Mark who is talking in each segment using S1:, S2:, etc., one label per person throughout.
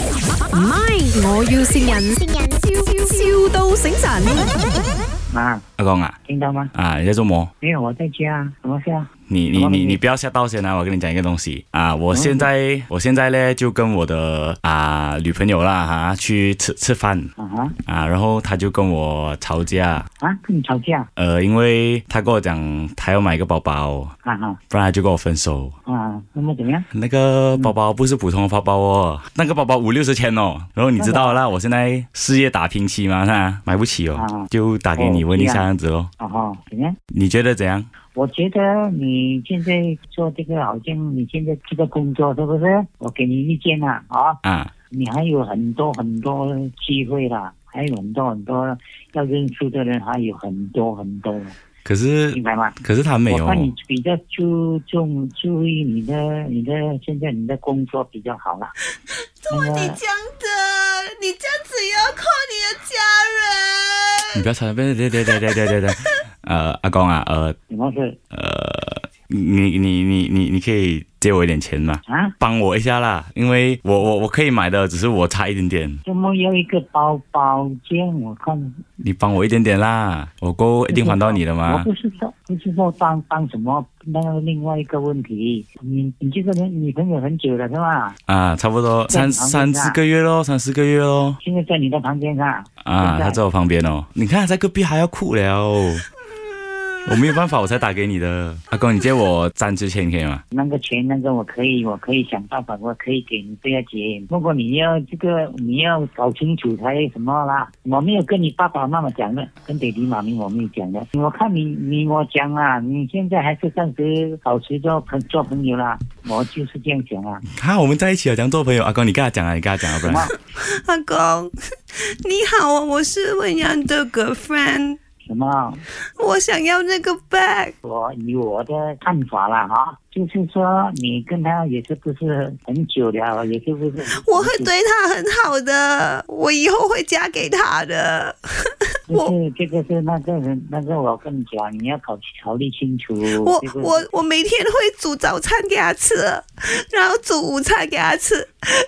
S1: 唔係，我要善人，笑笑到醒神。
S2: 妈，
S3: 阿公啊，
S2: 听到吗？
S3: 啊，你在做么？
S2: 没有，我在家，什么事啊？
S3: 你
S2: 什
S3: 你
S2: 么东
S3: 你
S2: 西
S3: 你不要吓到先啊！我跟你讲一个东西啊，
S2: 嗯
S3: 我现在我现在呢就跟我的啊女朋友啦哈、去吃吃饭
S2: 啊哈
S3: 啊，然后她就跟我吵架，
S2: 啊，跟你吵架？
S3: 呃，因为她跟我讲她要买一个包包，
S2: 啊哈
S3: 不然她就跟我分手。
S2: 啊，那么怎么样？
S3: 那个包包不是普通的包包哦，那个包包五六十千哦。然后你知道啦，我现在事业打拼期嘛，那买不起哦
S2: 啊，
S3: 就打给你
S2: 哦
S3: 问一
S2: 这
S3: 下这
S2: 样
S3: 样子哦。
S2: 哦吼，怎么样？
S3: 你觉得怎样？
S2: 我觉得你现在做这个，好像你现在这个工作是不是？我给你意见啦，啊，
S3: 啊，
S2: 你还有很多很多机会啦，还有很多很多要认识的人，还有很多很多，
S3: 可是
S2: 明白吗？
S3: 可是他没有
S2: 我看你比较注重注意你的你的现在你的工作比较好啦。
S4: 做你这样的，你这样子也要靠你的家人。
S3: 你不要吵，不要，对对对对对 对对。呃，阿公啊，呃
S2: 什么事
S3: 呃，你你你你你可以借我一点钱吗？
S2: 啊？
S3: 帮我一下啦，因为我我我可以买的，只是我差一点点，
S2: 怎么要一个包包间？我看
S3: 你帮我一点点啦，我够一定还到你的
S2: 我
S3: 嘛。
S2: 不知道，不知道当当什么那个另外一个问题。你你这个人女朋友很久了是吧？
S3: 啊，差不多三
S2: 正常
S3: 三
S2: 一下
S3: 四个月咯，三四个月咯。
S2: 现在在你的旁边啊？
S3: 啊，
S2: 现在
S3: 他在我旁边哦。你看在隔壁还要哭了，我没有办法，我才打给你的。阿公，你借我三支钱可以吗？
S2: 那个钱，那个我可以，我可以想办法，我可以给你，不要紧。如果你要这个，你要搞清楚才什么啦。我没有跟你爸爸妈妈讲的，跟爹地妈咪我没有讲的。我看你你我讲啊，你现在还是暂时保持做朋做朋友啦。我就是这样讲啊。
S3: 哈、我们在一起了，讲做朋友。阿公，你跟他讲啊，你跟他讲啊，不然
S2: 什么
S4: 阿公，你好啊，我是文阳的 girlfriend，
S2: 什么？
S4: 我想要那个 bag。
S2: 我以我的看法啦哈，就是说你跟他也是不是很久了，也是不是？
S4: 我会对他很好的，我以后会嫁给他的。我
S2: 就是这个是那个人，那个我跟你讲，你要考考虑清楚。
S4: 我
S2: 这个
S4: 我我每天会煮早餐给他吃，然后煮午餐给他吃，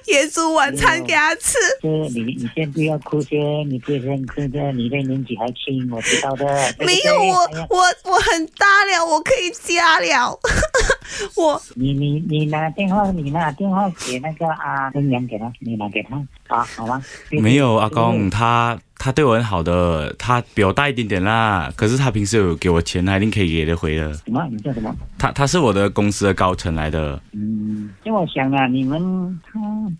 S4: 也煮晚餐给他吃。
S2: 这你你先不要哭先，你别先哭的，你的年纪还轻，我知道的。对不对
S4: 没有我
S2: 哎呀
S4: 我我很大了，我可以嫁了。 我
S2: 你你你拿电话，你拿电话给那个啊，温阳给他，你拿给他，好好吗？
S3: 没有阿公，
S2: 嗯
S3: 他他对我很好的，他比我大一点点啦。可是他平时有给我钱，他一定可以给得回的。
S2: 什么？你叫什么？
S3: 他他是我的公司的高层来的，
S2: 嗯，因为我想啊，你们他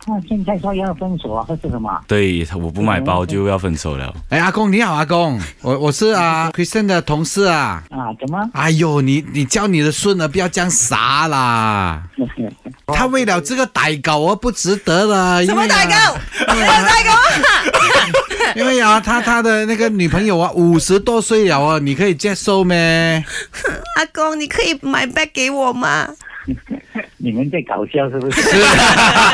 S2: 他现在说要分手啊，或是什么？
S3: 对，他我不买包就要分手了。
S5: 哎，阿公你好，阿公，我我是 啊 Kristen 的同事啊。
S2: 啊，怎么？
S5: 哎呦，你你叫你的孙儿不要这样傻啦，他为了这个逮狗而不值得了。
S4: 哦什
S5: 因为
S4: 么
S5: 啊
S4: 大狗？什么大狗啊？
S5: 因为啊，他他的那个女朋友啊，五十多岁了哦，你可以接 受咩？
S4: 阿公，你可以买 bag 给我吗？
S2: 你们在搞笑是不是？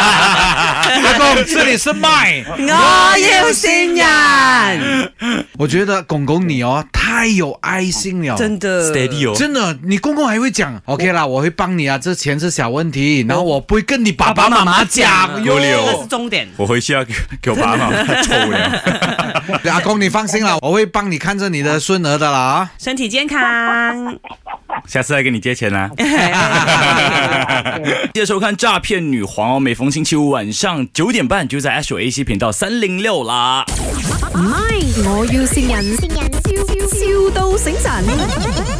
S5: 阿公，这里是麦。
S4: 我要新人，
S5: 我觉得公公你哦，太有爱心了，
S4: 真的
S3: Steady 哦，
S5: 呃真的，你公公还会讲 OK 啦，我会帮你啊，这钱是小问题，然后我不会跟你爸爸妈妈
S6: 啊
S5: 讲
S3: 有理
S5: 哟。
S3: 哦
S6: 这是重点。
S3: 我回去要 给给我爸妈抽了。
S5: 对阿公你放心啦，我会帮你看着你的孙儿的啦啊。
S6: 身体健康，
S3: 下次再跟你借钱 啦、记得收看《诈骗女皇》哦，每逢星期五晚上九点半就在 S A C 频道三零六啦。
S1: 唔係，我要善人，笑笑到醒神。